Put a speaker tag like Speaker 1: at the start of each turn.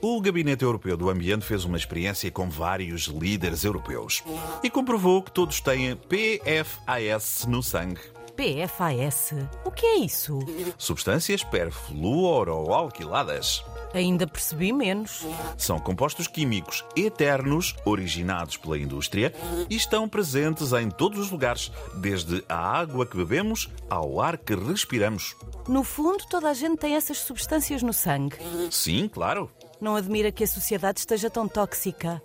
Speaker 1: O Gabinete Europeu do Ambiente fez uma experiência com vários líderes europeus e comprovou que todos têm PFAS no sangue.
Speaker 2: PFAS? O que é isso?
Speaker 1: Substâncias perfluoroalquiladas.
Speaker 2: Ainda percebi menos.
Speaker 1: São compostos químicos eternos originados pela indústria e estão presentes em todos os lugares, desde a água que bebemos ao ar que respiramos.
Speaker 2: No fundo, toda a gente tem essas substâncias no sangue.
Speaker 1: Sim, claro.
Speaker 2: Não admira que a sociedade esteja tão tóxica.